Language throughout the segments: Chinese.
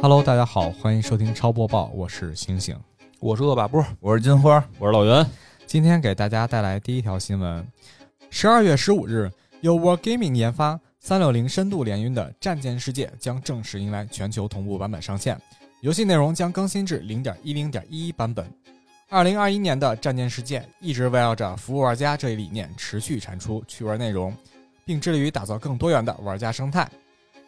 Hello，大家好，欢迎收听超播报，我是醒醒。我是恶霸波，我是金花，我是老袁，今天给大家带来第一条新闻：十二月十五日，由 Wargaming 研发、三六零深度联运的《战舰世界》将正式迎来全球同步版本上线，游戏内容将更新至零点一零点一版本。二零二一年的《战舰世界》一直围绕着服务玩家这一理念持续产出趣味内容，并致力于打造更多元的玩家生态。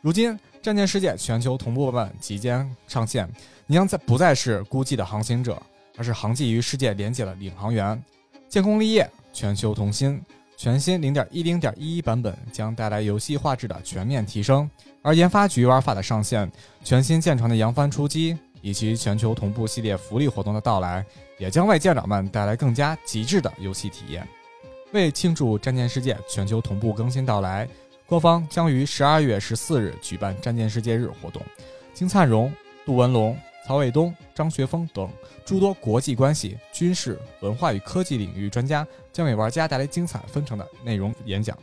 如今，《战舰世界》全球同步版本即将上线，你将再不再是孤寂的航行者，而是航迹与世界连接的领航员。建功立业，全球同心。全新0.10.11版本将带来游戏画质的全面提升，而研发局玩法的上线、全新舰船的扬帆出击，以及全球同步系列福利活动的到来，也将为舰长们带来更加极致的游戏体验。为庆祝《战舰世界》全球同步更新到来，官方将于十二月十四日举办“战舰世界日”活动，金灿荣、杜文龙、曹卫东、张学峰等诸多国际关系、军事、文化与科技领域专家将给玩家带来精彩纷呈的内容演讲。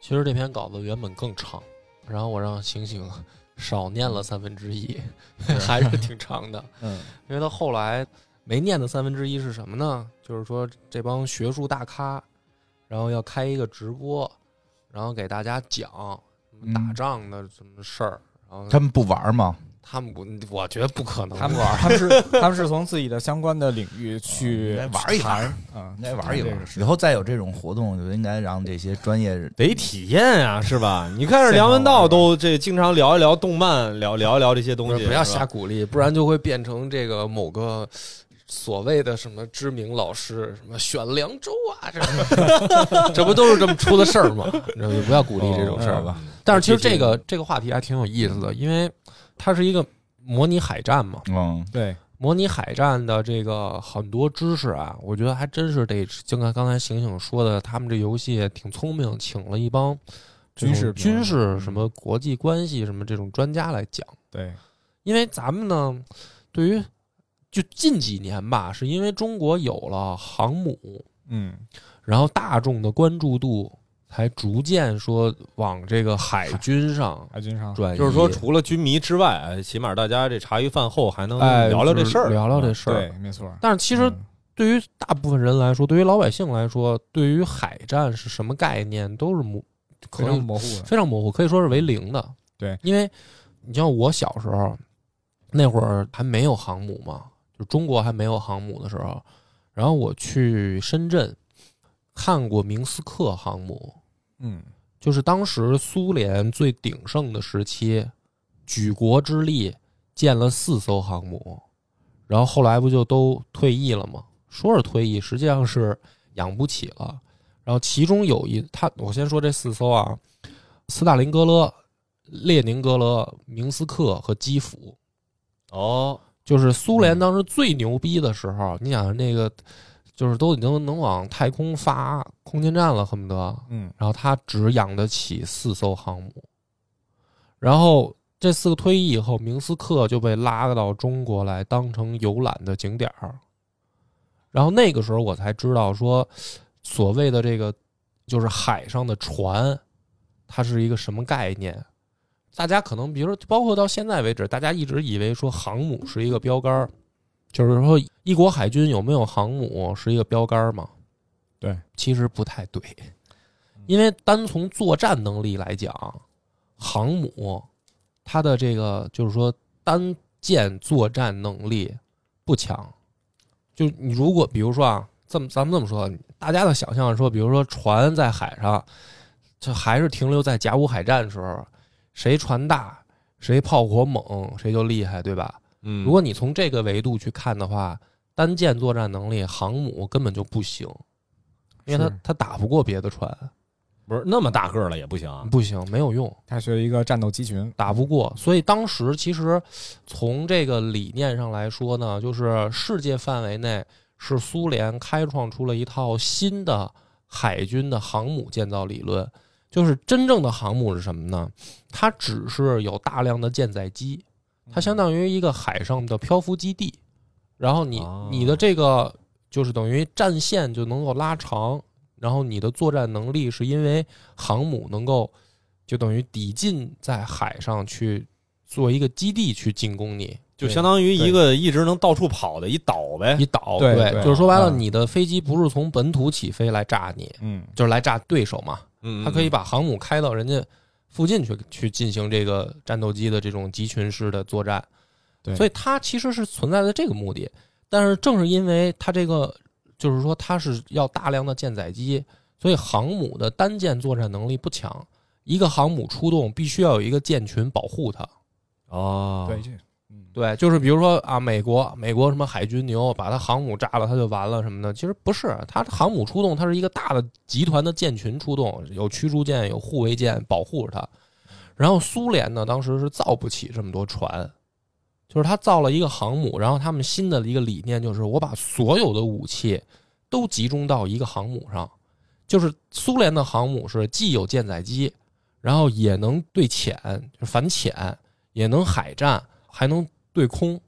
其实这篇稿子原本更长，然后我让醒醒少念了三分之一， 还是挺长的。嗯，因为他后来没念的三分之一是什么呢？就是说这帮学术大咖，然后要开一个直播，然后给大家讲什么打仗的什么事儿。嗯然后嗯他们不玩吗？他们不，我觉得不可能他们玩。他们是他们是从自己的相关的领域 去来哦玩一玩，啊，应该玩一这玩个。是以后再有这种活动，就应该让这些专业人得体验啊，是吧？你看这梁文道都这经常聊一聊动漫，聊聊一聊这些东不西，是不要是吧瞎鼓励，不然就会变成这个某个所谓的什么知名老师，什么选凉州啊，这这不都是这么出的事儿吗？你知道就不要鼓励这种事儿哦嗯吧。但是其实这个这个话题还挺有意思的，因为它是一个模拟海战嘛，嗯，对，模拟海战的这个很多知识啊，我觉得还真是得，就跟刚才醒醒说的，他们这游戏挺聪明，请了一帮这军种事军事嗯什么国际关系什么这种专家来讲。对，因为咱们呢，对于就近几年吧，是因为中国有了航母，嗯，然后大众的关注度才逐渐说往这个海军上海军上转移，就是说，哎除了军迷之外，哎起码大家这茶余饭后还能哎聊聊这事儿，嗯聊聊这事事对儿。，没错。但是其实嗯对于大部分人来说，对于老百姓来说，对于海战是什么概念都是模可非以常模糊的，非常模糊，可以说是为零的。对，因为你像我小时候那会儿还没有航母嘛，就中国还没有航母的时候，然后我去深圳看过明斯克航母，嗯，就是当时苏联最鼎盛的时期，举国之力建了四艘航母，然后后来不就都退役了吗？说是退役，实际上是养不起了。然后其中有一，他我先说这四艘啊，斯大林格勒、列宁格勒、明斯克和基辅，哦，就是苏联当时最牛逼的时候。你想那个，就是都已经能往太空发空间站了，恨不得，嗯，然后他只养得起四艘航母，然后这四个退役以后，明斯克就被拉到中国来当成游览的景点儿。然后那个时候我才知道说，所谓的这个就是海上的船，它是一个什么概念。大家可能比如说，包括到现在为止，大家一直以为说航母是一个标杆儿，就是说一国海军有没有航母是一个标杆儿嘛？对，其实不太对。因为单从作战能力来讲，航母它的这个就是说单舰作战能力不强。就你如果比如说啊，这么咱们这么说，大家的想象是说，比如说船在海上，这还是停留在甲午海战时候，谁船大谁炮火猛谁就厉害，对吧？嗯，如果你从这个维度去看的话，单舰作战能力，航母根本就不行，因为它是它打不过别的船。不是那么大个儿了也不行啊，不行，没有用，他学一个战斗机群，打不过。所以当时其实从这个理念上来说呢，就是世界范围内是苏联开创出了一套新的海军的航母建造理论。就是真正的航母是什么呢？它只是有大量的舰载机，嗯它相当于一个海上的漂浮基地。然后你哦你的这个就是等于战线就能够拉长，然后你的作战能力是因为航母能够就等于抵近在海上去作为一个基地去进攻你。就对相当于一对个一直能到处跑的一岛呗一。岛，哎对对就是说白了，嗯你的飞机不是从本土起飞来炸你，嗯，就是来炸对手嘛。嗯，它可以把航母开到人家附近去，去进行这个战斗机的这种集群式的作战。对所以它其实是存在的这个目的。但是正是因为它这个，就是说它是要大量的舰载机，所以航母的单舰作战能力不强。一个航母出动，必须要有一个舰群保护它。哦，对，这嗯对，就是比如说啊，美国美国什么海军牛把它航母炸了，它就完了什么的。其实不是，它航母出动，它是一个大的集团的舰群出动，有驱逐舰，有护卫舰保护着它。然后苏联呢，当时是造不起这么多船，就是他造了一个航母，然后他们新的一个理念就是我把所有的武器都集中到一个航母上，就是苏联的航母是既有舰载机，然后也能对潜，就是反潜，也能海战，还能对空。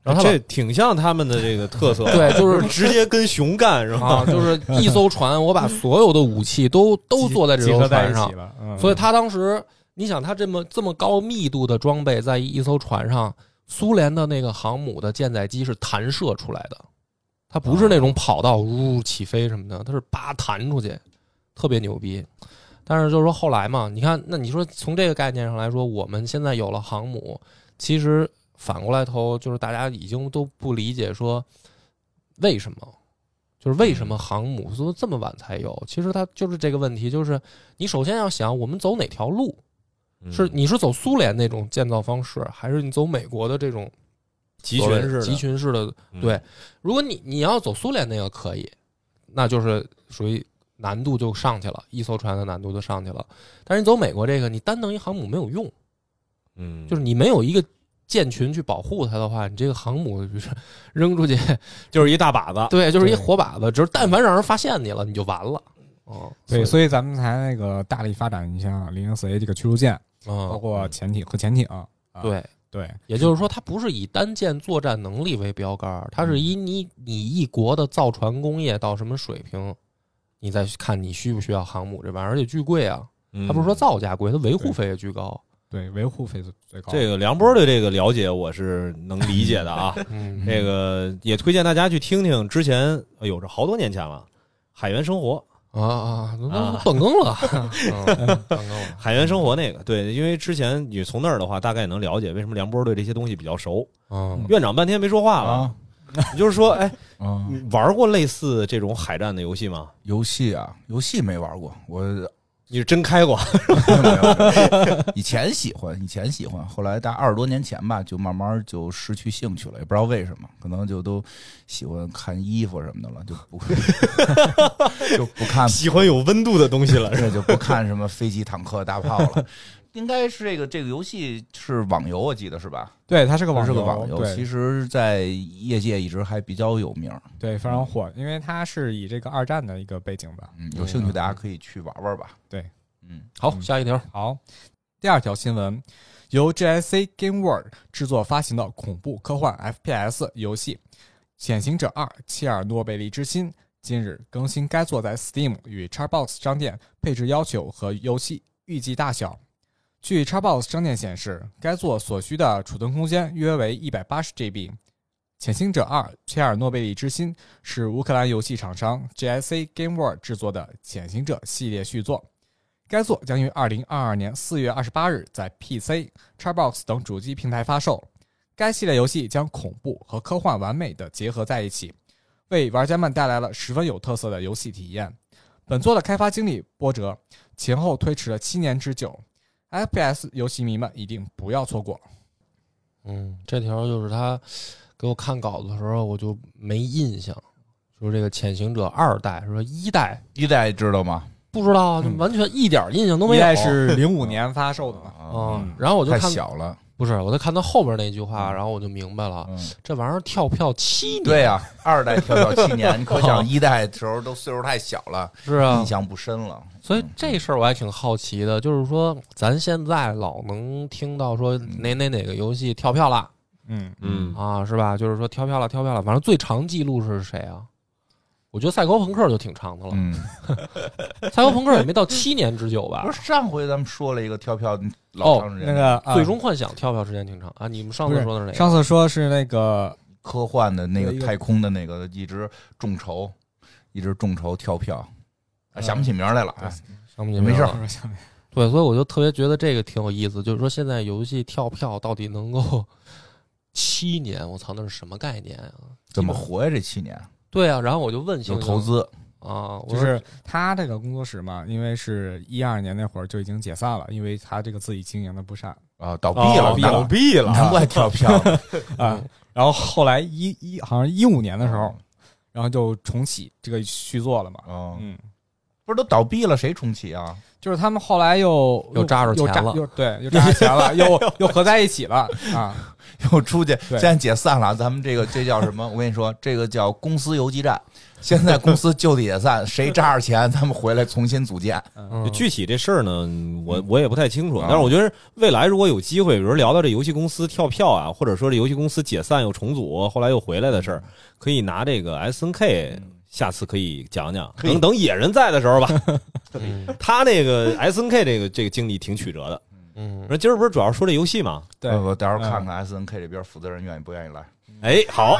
然后他把这挺像他们的这个特色，对就是就是直接跟熊干是吧？啊，就是一艘船，我把所有的武器都都集坐在这集艘合在船一上起，了，嗯所以他当时，你想他这么这么高密度的装备在一艘船上，苏联的那个航母的舰载机是弹射出来的，它不是那种跑道呜呜起飞什么的，它是叭弹出去， 特别牛逼。但是就是说后来嘛，你看，那你说从这个概念上来说，我们现在有了航母，其实反过来头就是大家已经都不理解说为什么，就是为什么航母都这么晚才有？其实它就是这个问题，就是你首先要想我们走哪条路，嗯是你是走苏联那种建造方式，还是你走美国的这种集群式的集群式的？嗯对，如果你你要走苏联那个可以，那就是属于难度就上去了，一艘船的难度就上去了。但是你走美国这个，你单弄一航母没有用，嗯，就是你没有一个舰群去保护它的话，你这个航母就是 扔出去，就是一大把子，对，就是一对火靶子，只是但凡让人发现你了，你就完了。哦，对，所所以咱们才那个大力发展一下零零四 A 这个驱逐舰，以嗯，包括潜艇和潜艇。啊对，对，也就是说，它不是以单舰作战能力为标杆儿，它是以你你一国的造船工业到什么水平，你再去看你需不需要航母这玩意儿，而且巨贵啊！嗯它不是说造价贵，它维护费也巨高。对维护费最最啊高。这个梁波对这个了解，我是能理解 的啊。嗯，这个也推荐大家去听听之前，哎呦，这好多年前了，《海员生活》啊啊，那啊断更了，嗯断更了。海员生活那嗯个，对，因为之前你从那儿的话，大概也能了解为什么梁波对这些东西比较熟。嗯，院长半天没说话了，啊你就是说，哎，啊！你玩过类似这种海战的游戏吗？游戏啊，游戏没玩过， 我你是 真开过？没有没有以前喜欢，以前喜欢，后来大概二十多年前吧，就慢慢就失去兴趣了，也不知道为什么，可能就都喜欢看衣服什么的了，就不 就不 看喜欢有温度的东西了，这就不看什么飞机、坦克、大炮 了。应该是这个这个游戏是网游，我记得是吧？对，它是个网是游，个网游，其对实，在业界一直还比较有名。对，非常火，因为它是以这个二战的一个背景吧。嗯，有兴趣大家可以去玩玩吧。对，嗯，好，下一条。好，第二条新闻，由 GSC Game World 制作发行的恐怖科幻 FPS 游戏《潜行者二：切尔诺贝利之心》近日更新该作在 Steam 与 Xbox 商店配置要求和游戏预计大小。据 Xbox 商店显示，该作所需的储存空间约为 180GB。《潜行者二：切尔诺贝利之心》是乌克兰游戏厂商 GSC Game World 制作的《潜行者》系列续作，该作将于二零二二年四月二十八日在 PC、Xbox 等主机平台发售。该系列游戏将恐怖和科幻完美的结合在一起，为玩家们带来了十分有特色的游戏体验。本作的开发经历波折，前后推迟了七年之久，FPS 游戏迷们一定不要错过。嗯，这条就是他给我看稿子的时候，我就没印象，说这个潜行者二代，说一代一代知道吗？不知道啊，就嗯完全一点印象都没一有。代是零五年发售的嘛？啊，嗯嗯，然后我就太看小了。不是，我在看他后边那句话，然后我就明白了，嗯，这玩意儿跳票七年，对呀，二代跳跳七年，你可想一代的时候都岁数太小了，是啊印，象不深了。所以这事儿我还挺好奇的，就是说咱现在老能听到说哪哪哪个游戏跳票了嗯，嗯啊，是吧？就是说跳票了，跳票了，反正最长记录是谁啊？我觉得赛高朋克就挺长的了，嗯，赛高朋克也没到七年之久吧 不。是上回咱们说了一个跳票老长时间那个、啊最终幻想跳票时间挺长啊！你们上不次是说的是哪上次说是那个科幻的那有一个个太空的那个一直众筹，一直众筹跳票，啊嗯想不起名儿来了。对哎个？没没事儿是不是对，所以我就特别觉得这个挺有意思，就是说现在游戏跳票到底能够 七年，我操，那是什么概念啊？怎么活呀？这七年对啊，然后我就问星有星投资，啊，我就说是他这个工作室嘛，因为是一二年那会儿就已经解散了，因为他这个自己经营的不善啊，倒闭哦了，啊闭难倒了闭了，难怪跳 票了。嗯啊。然后后来一一好像一五年的时 候，然后就重启这个续作了嘛。哦啊，嗯，不是都倒闭了，谁重启啊？就是他们后来又又扎着又钱扎了又对，又扎着钱 了，又又合在一起了啊。 又出去，对现在解散了，咱们这个这叫 什么？我跟你说，这个叫公司游击战。现在公司就地解 散，谁扎着钱，咱们回来重新组 建。嗯就具体这事儿呢，我嗯我也不太清楚，啊但是我觉得未来如果有机会，比如聊到这游戏公司跳票啊，或者说这游戏公司解散又重组，后来又回来的事嗯儿，可以拿这个 S N K，下次可以讲讲。可以等等野人在的时候 吧，嗯他那个 S N K 这个这个经历挺曲折的。嗯说今儿不是主要说这游戏吗？对，呃我到时候看看 S N K 这边负责人愿意不愿意来。嗯哎，好，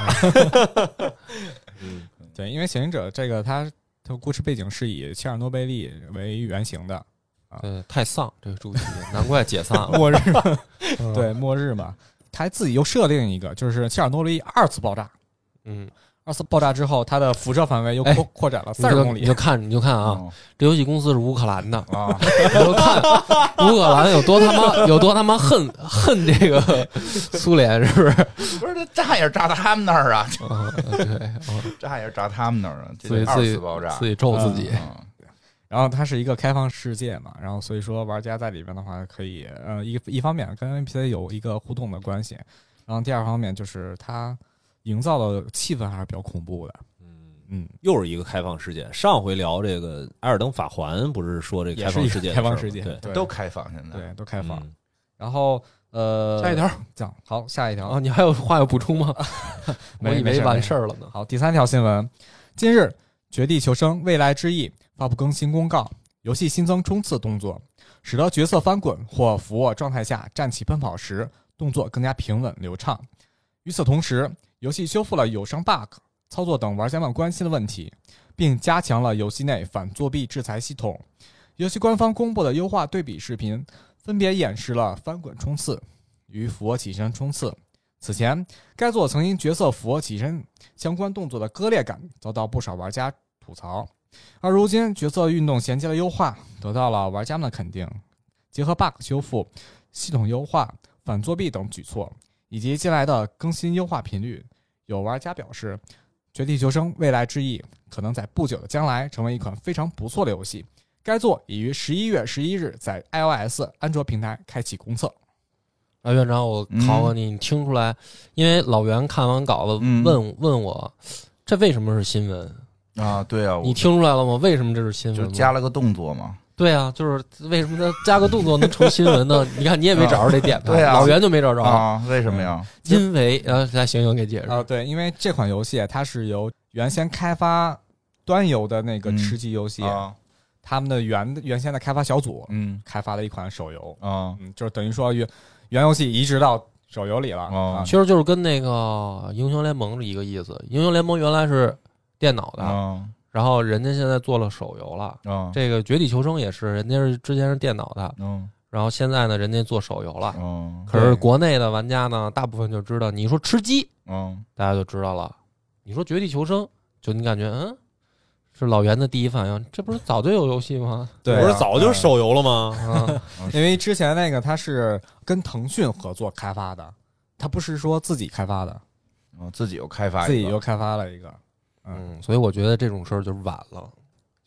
嗯对，因为《行影者》这个它它故事背景是以切尔诺贝利为原型 的，对，太丧这个主题，难怪解 散了。末 日嘛，嗯，对末日嘛，他自己又设定一个，就是切尔诺贝利二次爆炸，嗯，二次爆炸之后，它的辐射范围又哎扩扩展了你三十就公你里嗯就。看你就看啊，这游戏公司是乌克兰的，嗯啊， 你就看乌克兰有多他妈有多他妈恨恨这个苏联，是不是？不是，炸也是炸他们那儿啊，嗯对，嗯炸也是炸他们那儿啊，这自己得二自己次爆炸。自己咒自己。嗯然后它是一个开放世界嘛，然后所以说玩家在里边的话，可以呃一一方面跟 NPC 有一个互动的关系，然后第二方面就是它营造的气氛还是比较恐怖的。嗯，又是一个开放世界。上回聊这个《艾尔登法环》，不是说这个也开是一放个世界的开放事世儿吗界，对，对都开放现在。对都开放。嗯然后呃，下一条这样好，下一条啊，你还有话要补充吗？我 没以没为事儿完没事儿了呢。好，第三条新闻，近日《绝地求生：未来之翼》发布更新公告，游戏新增冲刺动作，使得角色翻滚或俯卧状态下站起奔跑时动作更加平稳流畅。与此同时，游戏修复了有伤 bug、操作等玩家们关心的问题，并加强了游戏内反作弊制裁系统。游戏官方公布的优化对比视频，分别演示了翻滚冲刺与俯卧起身冲刺。此前，该作曾因角色俯卧起身相关动作的割裂感遭到不少玩家吐槽。而如今，角色运动衔接的优化得到了玩家们的肯定，结合 bug 修复、系统优化、反作弊等举措，以及近来的更新优化频率，有玩家表示，《绝地求生：未来之翼》可能在不久的将来成为一款非常不错的游戏。该作已于十一月十一日在 iOS、安卓平台开启公测。啊，院长，我考考你，你听出来？因为老袁看完稿子嗯问问我，这为什么是新闻？啊，对啊，我你听出来了吗？为什么这是新就闻吗？加了个动作嘛。对啊，就是为什么他加个动作能成新闻呢？ 你看你也没找着这点吧？对啊老袁就没找着，啊，为什么呀？因为呃，来行行给解释。啊、对，因为这款游戏它是由原先开发端游的那个嗯吃鸡游戏，啊，他们的原原先的开发小组嗯开发了一款手游，啊，嗯，就是等于说原原游戏移植到手游里了、哦啊其实就是跟那个英雄联盟是一个意思。英雄联盟原来是电脑的，啊然后人家现在做了手游了。啊，这个《绝地求生》也是，人家是之前是电脑的，嗯然后现在呢，人家做手游了。嗯可是国内的玩家呢，大部分就知道，你说吃鸡，嗯大家就知道了；你说绝地求生，就你感觉嗯，是老袁的第一反应，这不是早就有游戏吗？对啊，不是早就是手游了吗？啊，嗯，因为之前那个它是跟腾讯合作开发的，它不是说自己开发的，嗯，自己又开发一自个己又开发了一个，嗯，所以我觉得这种事儿就是晚了，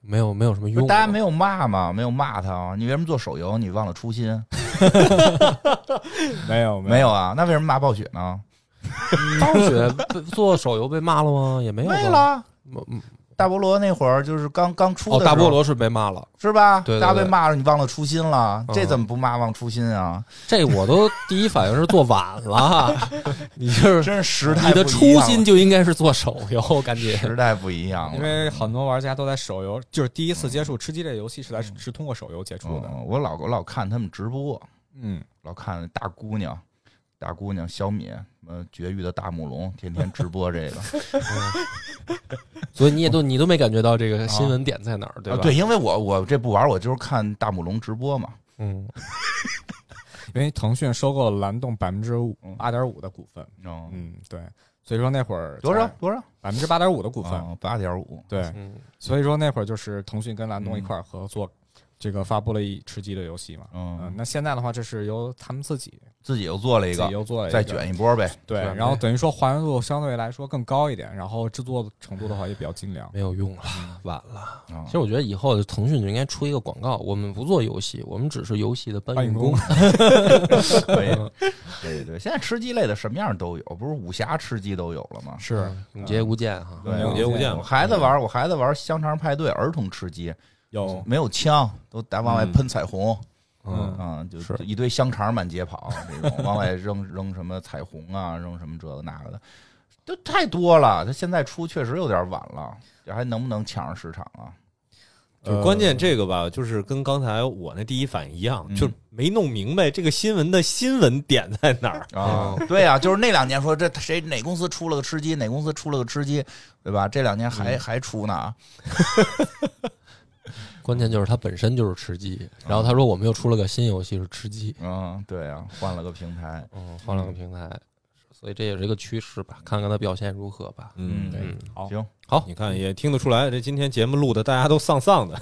没有没有什么不用是了。大家没有骂嘛，没有骂他啊！你为什么做手游？你忘了初心？没有没有，有啊？那为什么骂暴雪呢？ 暴雪被做手游被骂了吗？也没有吧啊哦没了，嗯嗯大菠萝那会儿就是刚刚出的哦，时大候、菠萝是被骂了，是吧？对对对大家被骂了，你忘了初心了，嗯这怎么不骂忘初心啊？这我都第一反应是做晚了， 你就是真是时代你的不一初样心就应该是做手游，我感觉时代不一样了，因为很多玩家都在手游，就是第一次接触吃鸡类游戏是在是通过手游接触的。嗯，我老我老看他们直播，嗯，老看大姑娘。大姑娘小敏，呃，绝育的大母龙，天天直播这个所以你也都你都没感觉到这个新闻点在哪儿，对啊吧？，对，因为我我这不玩，我就是看大母龙直播嘛。嗯，因为腾讯收购了蓝洞百分之五嗯八点五的股份。嗯，嗯，对，所以说那会儿多少啊多少百分之八点五的股份。八点五，对，嗯，所以说那会儿就是腾讯跟蓝嗯洞一块儿合作，这个发布了一吃鸡的游戏嘛。嗯、嗯，那现在的话，这是由他们自己自己又做了一自个己，又做了一个再卷一波 呗。对，卷呗然后等于说还原度相对来说更高一点，然后制作程度的话也比较精良。没有用了，啊晚了。啊其实我觉得以后腾讯就应该出一个广告，我们不做游戏，我们只是游戏的搬搬运运工工。可以， 对对对，现在吃鸡类的什么样都有，不是武侠吃鸡都有了吗？是 永劫无间哈，对，啊永劫无间我孩嗯子玩，我孩子玩香肠派对儿童吃鸡，有没有枪，都打往外喷彩虹，嗯啊，就是就一堆香肠满街跑，这种往外扔扔什么彩虹啊，扔什么这个那个的，都太多了。他现在出确实有点晚了，这还能不能抢上市场啊？就是关键这个吧，就是跟刚才我那第一反应一样，嗯就没弄明白这个新闻的新闻点在哪儿。啊，对呀、就是那两年说这谁哪公司出了个吃鸡，哪公司出了个吃鸡，对吧？这两年还、还出呢，啊关键就是它本身就是吃鸡，然后他说我们又出了个新游戏是吃鸡，嗯，对呀、换了个平台，嗯，换了个平台，所以这也是一个趋势吧，看看它表现如何吧。 嗯对嗯，好行，好，你看也听得出来，这今天节目录的大家都丧丧的，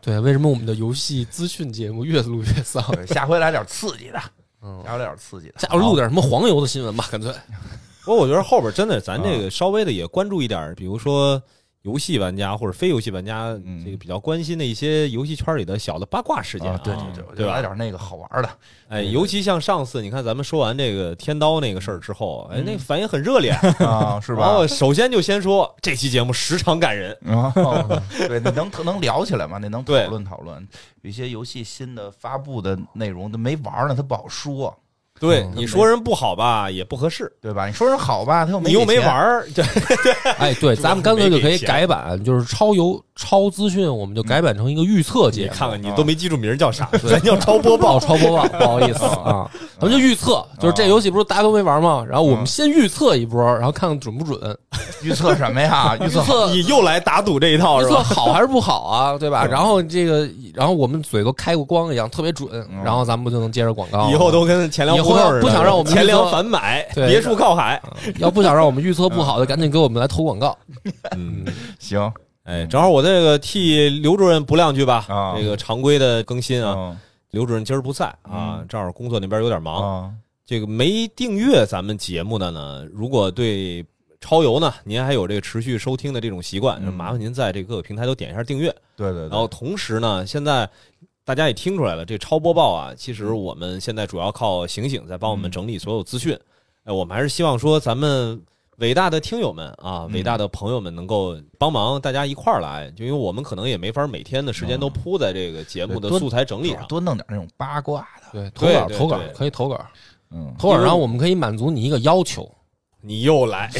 对，啊为什么我们的游戏资讯节目越录越丧？对下回来点刺激的，嗯，下回来点刺激的，下回录点什么黄油的新闻吧，干脆。不过我觉得后边真的，咱啊这个稍微的也关注一点儿，比如说游戏玩家或者非游戏玩家嗯这个比较关心的一些游戏圈里的小的八卦事件啊，对啊对对，我对就吧来点那个好玩 的，哎，对对尤其像上次你看咱们说完这个天刀那个事儿之后，哎，嗯那反应很热烈，啊，是然吧后？首先就先说这期节目时长感人，啊， 对，你能能聊起来吗？那能讨对论讨论，有一些游戏新的发布的内容，它没玩呢，它不好说，对嗯你说人不好吧也不合适，对吧？你说人好吧，他又没嗯你又给没钱玩儿，对 哎，对，咱们干脆就可以改版，就是超游超资讯，我们就改版成一个预测你节目。看看你啊都没记住名儿 叫啥，对咱 叫超播报哦，。超播报，不好意思 啊，咱们就预测，就是啊这游戏不是大家都没玩吗？然后嗯我们先预测一波，然后看看准不准，预测什么 呀？预预测测你又来打赌这一套预是测吧？好还是不好啊，对吧？然后这个，然后我们嘴都开过光一样，特别准，嗯然后咱们不就能接着广告了吗？以后都跟钱粮以后胡同似的，不想让我们钱预粮测反买，对嗯别墅靠海。 要不想让我们预测不好的，赶紧给我们来投广告。嗯，行哎，正好我这个替刘主任补两句吧。啊这个常规的更新啊，嗯刘主任今儿不在啊嗯，正好工作那边有点忙。啊，这个没订阅咱们节目的呢，如果对超游呢，您还有这个持续收听的这种习惯，嗯麻烦您在这各个平台都点一下订阅。对对然对后，同时呢，现在大家也听出来了，这超播报啊，其实嗯我们现在主要靠醒醒在帮我们整理所有资讯。哎，我们还是希望说咱们伟大的听友们啊，嗯伟大的朋友们能够帮忙，大家一块儿来，就因为我们可能也没法每天的时间都扑在这个节目的啊对多素材整理主要上。多弄点那种八卦 对，的，投对稿对投稿对可以投稿嗯，投稿，然后我们可以满足你一个要求，你又来，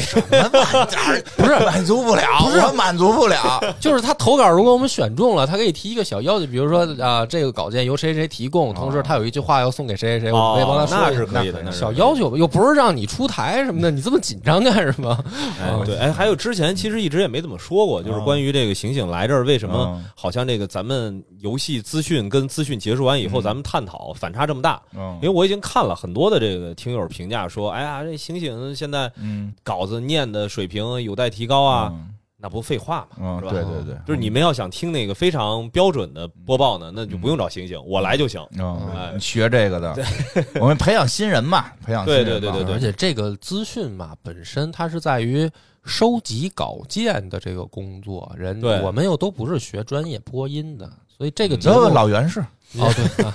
不是满足不了，我满足不了，就是他投稿，如果我们选中了，他可以提一个小要求，比如说啊、这个稿件由谁谁提供，同时他有一句话要送给谁谁谁，我们可以帮他说哦那一下。是可以的，那是小可以的要求吧，又不是让你出台什 么的，你这么紧张干什么？哎， 对，哎，还有之前其实一直也没怎么说过，啊就是关于这个醒醒来这儿为什么嗯好像这个咱们游戏资讯跟资讯结束完以嗯后，咱们探讨反差这么大。嗯因为我已经看了很多的这个听友评价说，哎呀，这醒醒现在嗯稿子念的水平有待提高嗯啊，，那不废话吗？嗯，是吧对对对，就是你们要想听那个非常标准的播报呢，那就不用找醒醒，我来就行。哎嗯，你学这个的， 我们培养新人嘛，培养新人嘛嗯对对对对而且这个资讯嘛，本身它是在于收集稿件的这个工作，人对我们又都不是学专业播音的，所所以这个嗯节目这老袁是，哦对， 啊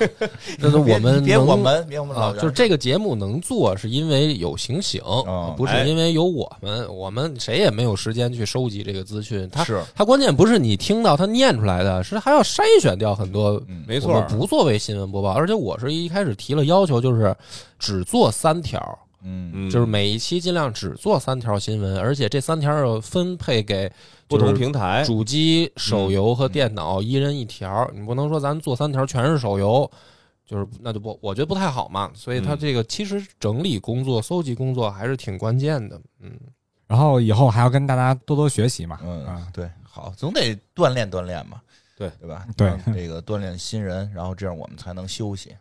这是我们别别能我们别我们啊老，袁就是这个节目能做，是因为有醒醒，哦不哎是因为有我们，我们谁也没有时间去收集这个资讯。它是它关键不是你听到它念出来的，是还要筛选掉很多。嗯没我错们，不作为新闻播报，而且我是一开始提了要求，就是只做三条，嗯嗯就是每一期尽量只做三条新闻，而且这三条要分配给不就同是平台，主机、手游和电脑一人一条，嗯你不能说咱做三条全是手游，就是那就不，我觉得不太好嘛。所以它嗯这个其实整理工作、搜集工作还是挺关键的。嗯，然后以后还要跟大家多多学习嘛。嗯啊，，对，好，总得锻炼锻炼嘛，对对吧？对 让这个锻炼新人，然后这样我们才能休息。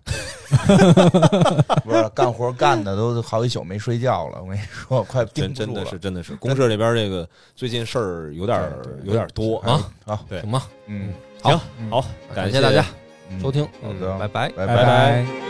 不是干活干的都好几宿没睡觉了，我跟你说，快顶真不真住的了是真的是，公社这边这个最近事儿有点哎儿对对有点儿多啊。啊，对行吧，嗯，行嗯好，哎感谢谢大家嗯收听，好嗯的，拜拜。拜拜拜拜